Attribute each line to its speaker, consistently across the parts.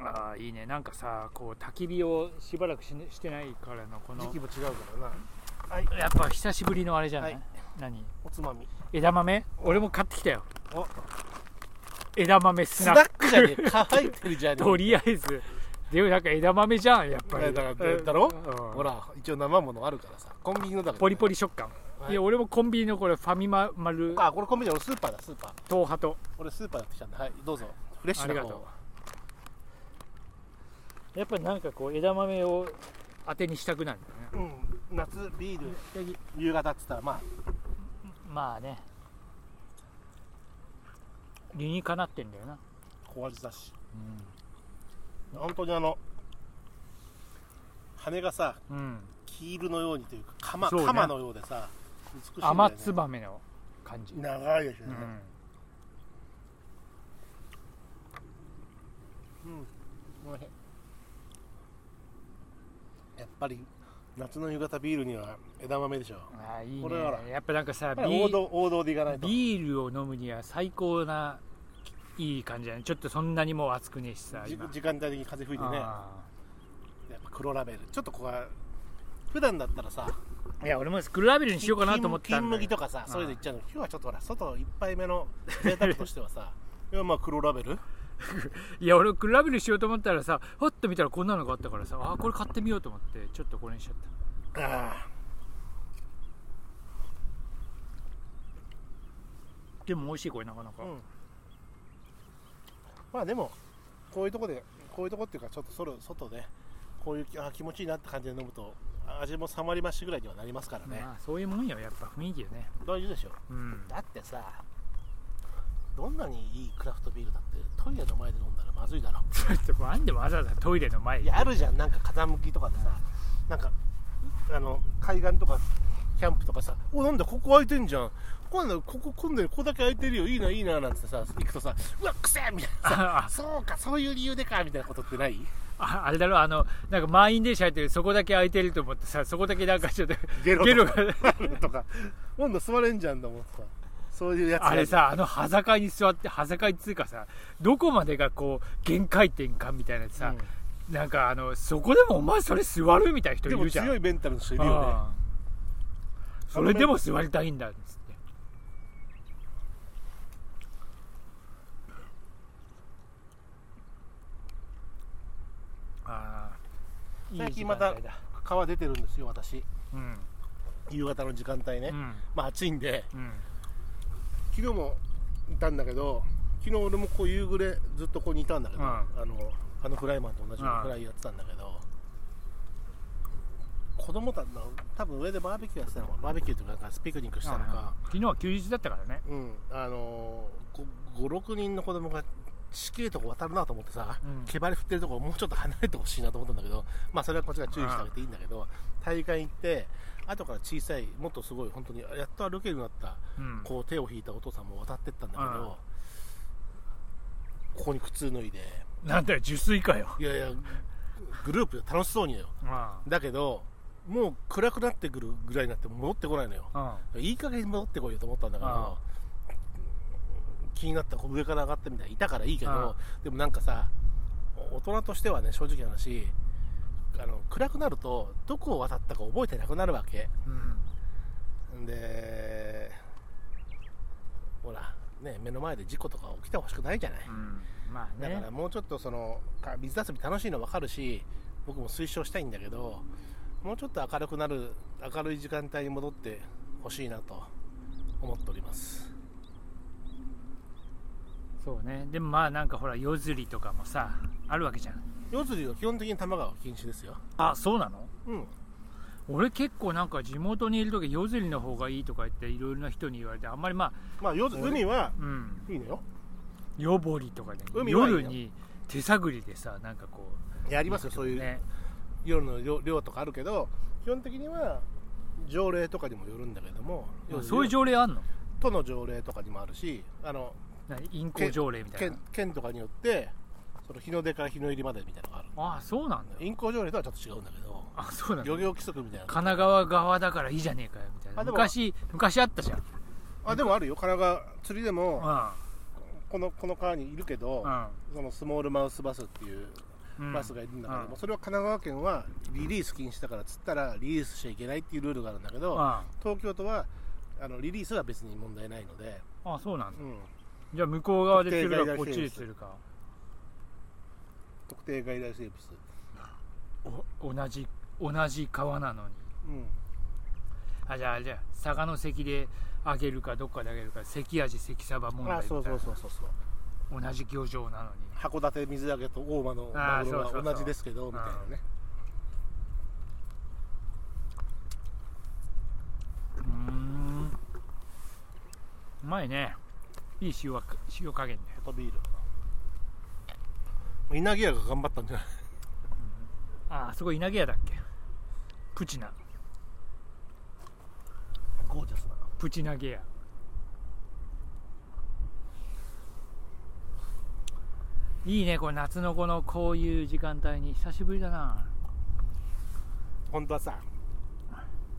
Speaker 1: あいいねなんかさこう焚き火をしばらくし,、してないからのこの
Speaker 2: 時期も違うからなはい
Speaker 1: やっぱ久しぶりのあれじゃない、
Speaker 2: はい
Speaker 1: 何
Speaker 2: おつまみ
Speaker 1: 枝豆俺も買ってきたよ
Speaker 2: お
Speaker 1: 枝豆
Speaker 2: ス
Speaker 1: スナ
Speaker 2: ナ
Speaker 1: ッ
Speaker 2: ックじゃねえ乾いてるじゃ
Speaker 1: ク
Speaker 2: ね
Speaker 1: とりあえずでもなんか枝豆じゃんやっぱり
Speaker 2: えだからだろ
Speaker 1: うん
Speaker 2: ほら一応生ものあるからさコンビニのだから
Speaker 1: ポリポリ食感、
Speaker 2: はい
Speaker 1: い、や俺もコンビニのこれファミマ丸
Speaker 2: あこれコンビニ俺スーパーだスーパー
Speaker 1: 党派と
Speaker 2: 俺スーパーだってきたんだはいどうぞフレッシ
Speaker 1: あ
Speaker 2: ュ
Speaker 1: り
Speaker 2: な
Speaker 1: が
Speaker 2: 方
Speaker 1: とうやっぱなんかこう枝豆を当てにしたくなるんだよね
Speaker 2: うん夏ビール夕方っつったらま
Speaker 1: まあね理にかなってんだよな、
Speaker 2: あ小味だし本当にあの羽がさ
Speaker 1: うん
Speaker 2: 黄色のようにというか鎌
Speaker 1: そうね
Speaker 2: 鎌のようでさ美しいんだよね
Speaker 1: 甘つばめの感じ、
Speaker 2: 長いですよ
Speaker 1: う
Speaker 2: ね、
Speaker 1: ん
Speaker 2: おいしいやっぱり夏の夕方ビールには枝豆でしょ
Speaker 1: あーいい
Speaker 2: これは
Speaker 1: ねやっぱなんかさ
Speaker 2: やっぱ
Speaker 1: ビ
Speaker 2: り王
Speaker 1: ー
Speaker 2: 道王道でいかないと
Speaker 1: ビールを飲むには最高ないい感じだねちょっとそんなにもう暑くねえしさ
Speaker 2: じ
Speaker 1: 今
Speaker 2: 時間帯的に風吹いてねや
Speaker 1: あ
Speaker 2: っぱ黒ラベルちょっとここは普段だったらさ
Speaker 1: ーいや俺もグラベルにしようかなと思ってたん
Speaker 2: 金
Speaker 1: だ
Speaker 2: 麦
Speaker 1: け
Speaker 2: と
Speaker 1: ど
Speaker 2: かさ
Speaker 1: うん
Speaker 2: そういうのいっちゃうの今日はちょっとほら外一杯目の贅沢としてはさ いやまあ黒ラベル
Speaker 1: いや俺グラベルしようと思ったらさふっと見たらこんなのがあったからさあーこれ買ってみようと思ってちょっとこれにしちゃった
Speaker 2: あ
Speaker 1: でも美味しいこれなかなか、
Speaker 2: うんまあでもこういうとこでこういうとこっていうかちょっとそれ外でこういうあ気持ちいいなって感じで飲むと味も冷まりましぐらいにはなりますからね、
Speaker 1: まあそういうもんよやっぱ雰囲気よね
Speaker 2: 大事でしょ
Speaker 1: うん
Speaker 2: だってさどんなにいいクラフトビールだってトイレの前で飲んだらまずいだろ
Speaker 1: ちょっとなんでわざわざトイレの前
Speaker 2: いやあるじゃんなんか風向きとかでさなんかあの海岸とかキャンプとかさ「おなんだここ空いてんじゃんここなんだここ混んでるここだけ空いてるよいいないいな」なんてさ行くとさ「うわくせえ!」みたいなさ「
Speaker 1: あ
Speaker 2: そうかそういう理由でか」みたいなことってない
Speaker 1: ああれだろあのなんか満員電車入ってるそこだけ空いてると思ってさそこだけなんか ちょっと
Speaker 2: ゲロ
Speaker 1: ゲロ
Speaker 2: とか
Speaker 1: が
Speaker 2: とか今度座れんじゃんと思ってさそういうやつが
Speaker 1: あれさあの裸に座って裸につうかさどこまでがこう限界点かみたいなやつさ、なんかあのそこでもお前それ座るみたいな人い
Speaker 2: でも
Speaker 1: るじゃん
Speaker 2: 強いメンタルの人いるよね
Speaker 1: ああそれでも座りたいんだっつってああいい
Speaker 2: 最
Speaker 1: 時
Speaker 2: 近
Speaker 1: 間
Speaker 2: また
Speaker 1: 帯だ
Speaker 2: 川出てるんですよ私
Speaker 1: うん
Speaker 2: 夕方の時間帯ね、
Speaker 1: うん
Speaker 2: まあ暑いんで
Speaker 1: うん
Speaker 2: 昨日もいたんだけど昨日俺もこう夕暮れずっとここにいたんだけど、
Speaker 1: うん
Speaker 2: あのあのフライマンと同じよう
Speaker 1: う
Speaker 2: に
Speaker 1: ん
Speaker 2: フライやってたんだけど、子供たちの多分上でバーベキューやってたのかバーベキューとかなんかピクニックしたのか、
Speaker 1: 昨日は休日だったからね
Speaker 2: うんあの56人の子供が地形とこ渡るなと思ってさ、
Speaker 1: うん
Speaker 2: 毛バリ振ってるとこもうちょっと離れてほしいなと思ったんだけどまあそれはこっちが注意してあげていいんだけど大会行って後から小さいもっとすごい本当にやっと歩けるようになった
Speaker 1: うん
Speaker 2: こう手を引いたお父さんも渡ってったんだけど、ここに靴脱いで
Speaker 1: なんだよ受水かよ
Speaker 2: いやいやグループで楽しそうによ
Speaker 1: あ
Speaker 2: だけどもう暗くなってくるぐらいになって戻ってこないのよ
Speaker 1: あ
Speaker 2: いい加減戻ってこいよと思ったんだけど、
Speaker 1: ああ
Speaker 2: 気になったこう上から上がったみたいいたからいいけど、
Speaker 1: あ
Speaker 2: でもなんかさ大人としてはね正直な話あの暗くなるとどこを渡ったか覚えてなくなるわけ
Speaker 1: うんうん
Speaker 2: でほらね目の前で事故とか起きてほしくないじゃない、
Speaker 1: うんまあ
Speaker 2: だから
Speaker 1: ね
Speaker 2: もうちょっとそのか水遊び楽しいの分かるし僕も推奨したいんだけどもうちょっと明るくなる明るい時間帯に戻ってほしいなと思っております
Speaker 1: そうねでもまあなんかほら夜釣りとかもさあるわけじゃん
Speaker 2: 夜釣りは基本的に多摩川は禁止ですよ
Speaker 1: あそうなの
Speaker 2: うん
Speaker 1: 俺結構なんか地元にいる時夜釣りの方がいいとか言っていろいろな人に言われてあんまりまあ
Speaker 2: まあ夜釣海は
Speaker 1: うん
Speaker 2: いいのよ
Speaker 1: 夜堀とかで、
Speaker 2: 海はいいよ
Speaker 1: 夜に手探りでさなんかこう
Speaker 2: やりますよそういう
Speaker 1: ね
Speaker 2: 夜の漁漁とかあるけど基本的には条例とかにもよるんだけども
Speaker 1: あそういう条例あんの
Speaker 2: 都の条例とかにもあるしあの
Speaker 1: 何銀行条例みたいな
Speaker 2: 県県とかによってその日の出から日の入りまでみたいなのがある
Speaker 1: ああそうなんだ
Speaker 2: 銀行条例とはちょっと違うんだけど
Speaker 1: あそうなんだ
Speaker 2: 漁
Speaker 1: 神
Speaker 2: 業規則みたいなの
Speaker 1: 奈川側だからいいじゃねえかよみたいな
Speaker 2: あでも
Speaker 1: 昔昔あったじゃん
Speaker 2: あでもあるよ神奈川釣りでも
Speaker 1: う
Speaker 2: このこの川にいるけど
Speaker 1: んうん
Speaker 2: そのスモールマウスバスっていう
Speaker 1: うん
Speaker 2: バスがいるんだけども、
Speaker 1: うん
Speaker 2: それは神奈川県はリリース禁止だからつったらリリースしちゃいけないっていうルールがあるんだけど、
Speaker 1: あ
Speaker 2: 東京都はあのリリースは別に問題ないので、
Speaker 1: ああそうなんだ
Speaker 2: うん、
Speaker 1: じゃあ向こう側で釣る
Speaker 2: 特定
Speaker 1: か
Speaker 2: 外来
Speaker 1: こ
Speaker 2: 生
Speaker 1: っちで
Speaker 2: 物
Speaker 1: 釣るか
Speaker 2: 特定外来生物、
Speaker 1: お同じ同じ川なのに
Speaker 2: うん、
Speaker 1: あじゃあじゃあ佐賀の関であげるかどっかであげるか関味関サバ問題
Speaker 2: あ
Speaker 1: みた
Speaker 2: そ
Speaker 1: いう
Speaker 2: そう
Speaker 1: な
Speaker 2: そうそうそう
Speaker 1: 同じ漁場なのに
Speaker 2: 函館水揚げと大間の
Speaker 1: あ
Speaker 2: マグロ
Speaker 1: ーそうそう
Speaker 2: は
Speaker 1: そ
Speaker 2: 同
Speaker 1: う
Speaker 2: じですけどみたいなね
Speaker 1: うーんうまいねいい塩は塩加減で
Speaker 2: ホットビール稲城屋が頑張ったんじゃない
Speaker 1: ああそこ稲毛屋だっけプチナ
Speaker 2: ゴージャスな
Speaker 1: プチナゲ屋いいねこれ夏のこのこういう時間帯に久しぶりだな
Speaker 2: 本当はさ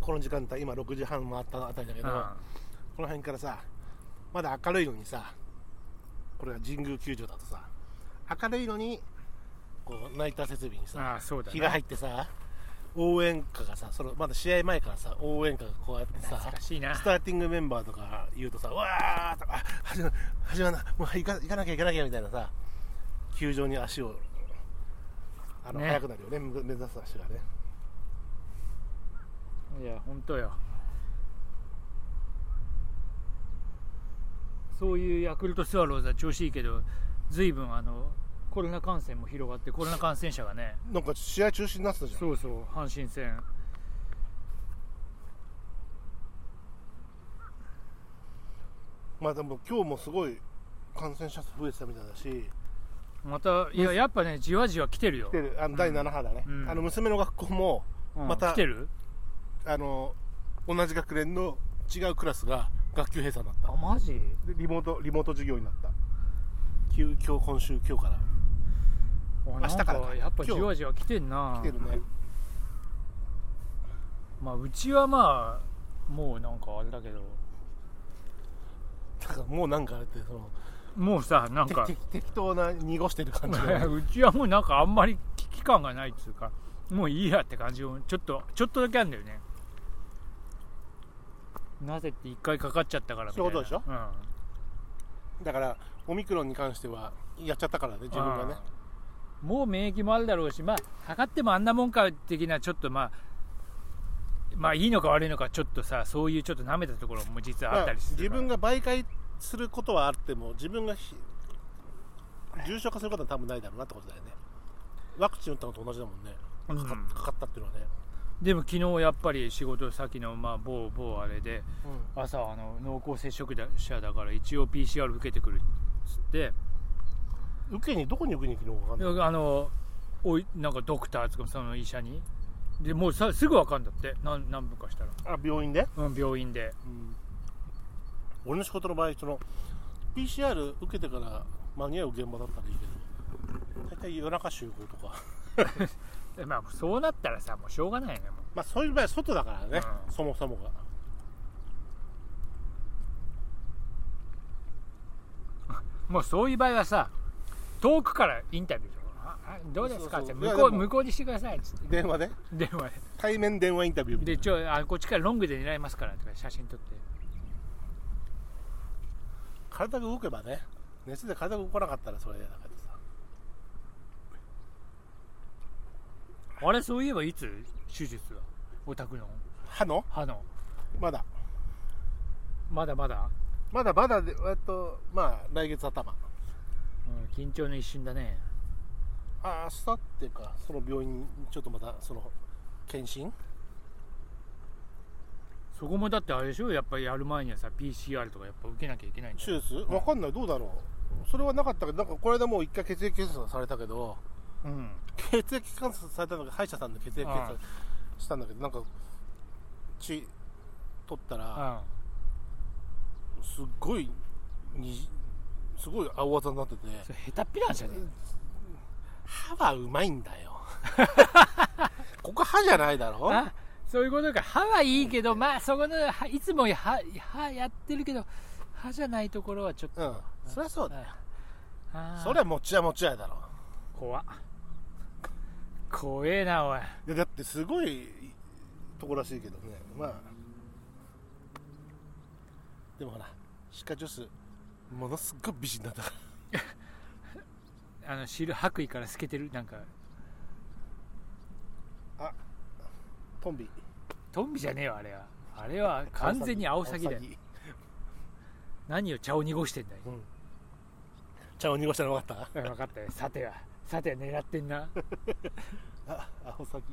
Speaker 2: この時間帯今6時半回ったあたりだけど、この辺からさまだ明るいのにさこれが神宮球場だとさ明るいのにこうナイター設備にさ
Speaker 1: ああそうだ
Speaker 2: 日が
Speaker 1: ね
Speaker 2: 入ってさ応援歌がさそのまだ試合前からさ応援歌がこうやってさ
Speaker 1: 懐かしいな
Speaker 2: スターティングメンバーとか言うとさ、わーとか、あ始まる、始まるな、もうはい行か行かなきゃ行かなきゃみたいなさ、球場に足を、あの、
Speaker 1: ね
Speaker 2: 速くなるよね、目目指す足がね。
Speaker 1: いや本当よそういうヤクルトスワローズは調子いいけど随分あのコロナ感染も広がってコロナ感染者がね
Speaker 2: なんか試合中止になってたじゃん。
Speaker 1: そうそう阪神戦
Speaker 2: まあでも今日もすごい感染者数増えてたみたいだし、
Speaker 1: またいややっぱねじわじわ来てるよ
Speaker 2: 来てるあの第7波だね、
Speaker 1: うん
Speaker 2: あの娘の学校も、
Speaker 1: うん
Speaker 2: また
Speaker 1: 来てる
Speaker 2: あの、同じ学年の違うクラスが学級閉鎖になった
Speaker 1: あ。マジ
Speaker 2: でリモート、リモート授業になった。今日、今日今週、今日から。
Speaker 1: 明
Speaker 2: 明日からか
Speaker 1: やっぱじ
Speaker 2: 今日
Speaker 1: わじわ来てんな
Speaker 2: 来てるね。
Speaker 1: まあうちはまあもうなんかあれだけど
Speaker 2: だからもうなんかあれって、その、
Speaker 1: もうさなんか
Speaker 2: て て適当な濁してる感じが
Speaker 1: うちはもうなんかあんまり危機感がないっていうかもういいやって感じをちょっとちょっとだけあるんだよねなぜって一回かかっちゃったからみたいな
Speaker 2: そういうことでしょ
Speaker 1: うん、
Speaker 2: だからオミクロンに関してはやっちゃったからね自分がね
Speaker 1: うんもう免疫もあるだろうしまあかかってもあんなもんか的なちょっとまあまあいいのか悪いのかちょっとさそういうちょっと舐めたところも実はあったりする
Speaker 2: 自
Speaker 1: から
Speaker 2: 分が媒介することはあっても自分がひ重症化することは多分ないだろうなってことだよねワクチン打ったのと同じだもんね
Speaker 1: うん
Speaker 2: かか,、かったっていうのはね、
Speaker 1: でも昨日やっぱり仕事先のまあ某某あれで朝あの濃厚接触者だから一応 PCR 受けてくるっつって
Speaker 2: 受けにどこに受けに行くのか分かんない
Speaker 1: あのおいなんかドクターとかその医者にでもうさすぐ分かんだって何何分かしたら、
Speaker 2: あ病院で、
Speaker 1: うん、病院で
Speaker 2: 俺の仕事の場合その PCR 受けてから間に合う現場だったらいいけど大体夜中集合とか
Speaker 1: でまあそうなったらさもうしょうがないねも
Speaker 2: まあそういう場合は外だからね、
Speaker 1: うん
Speaker 2: そもそもが
Speaker 1: うもうそういう場合はさ遠くからインタビューとかああどうですか
Speaker 2: そうそう
Speaker 1: って向
Speaker 2: いや
Speaker 1: こう
Speaker 2: でも
Speaker 1: 向こうにしてくださいっつって
Speaker 2: 電話で
Speaker 1: 電話
Speaker 2: 対面電話インタビューみた
Speaker 1: で
Speaker 2: い
Speaker 1: でちょあこっちからロングで狙いますからとか写真撮って
Speaker 2: な体が動けばね熱で体が動かなかったらそれだけどさ
Speaker 1: あれそういえばいつ手術はお宅の
Speaker 2: 歯の
Speaker 1: 歯の
Speaker 2: まだ
Speaker 1: まだまだ、
Speaker 2: まだまだでえっとまあ来月頭
Speaker 1: うん、緊張の一瞬だね
Speaker 2: あ明日っていうかその病院にちょっとまたその検診
Speaker 1: そこもだってあれでしょやっぱりやる前にはさ PCR とかやっぱ受けなきゃいけないんだ
Speaker 2: 手
Speaker 1: よ、
Speaker 2: 術わかんないどうだろうそれはなかったけどなんかこれでもう一回血液検査されたけど
Speaker 1: うん、
Speaker 2: 血液検査されたのが歯医者さんの血液検査
Speaker 1: う
Speaker 2: したんだけどなんか血取ったら
Speaker 1: あ
Speaker 2: すっごいにすごい青技になってて
Speaker 1: それ下手っぴなんじゃね
Speaker 2: 歯はうまいんだよここ歯じゃないだろ
Speaker 1: あそういうことか歯はいいけどまあそこのはいつも歯歯やってるけど歯じゃないところはちょっと
Speaker 2: うんそりゃそうだよ
Speaker 1: あー
Speaker 2: そりゃもちやもちやだろ
Speaker 1: 怖っ怖えなおい
Speaker 2: いやだってすごいとこらしいけどねまあでもほらシカ女子ものすっごい美人だったから
Speaker 1: あの汁白衣から透けてるなんか
Speaker 2: トンビ
Speaker 1: トンビじゃねえわあれはあれは完全にアオサギだよ何を茶を濁してんだよ
Speaker 2: 茶を濁したの分かっ
Speaker 1: 分かったよさてはさては狙ってんな
Speaker 2: たあアオサギ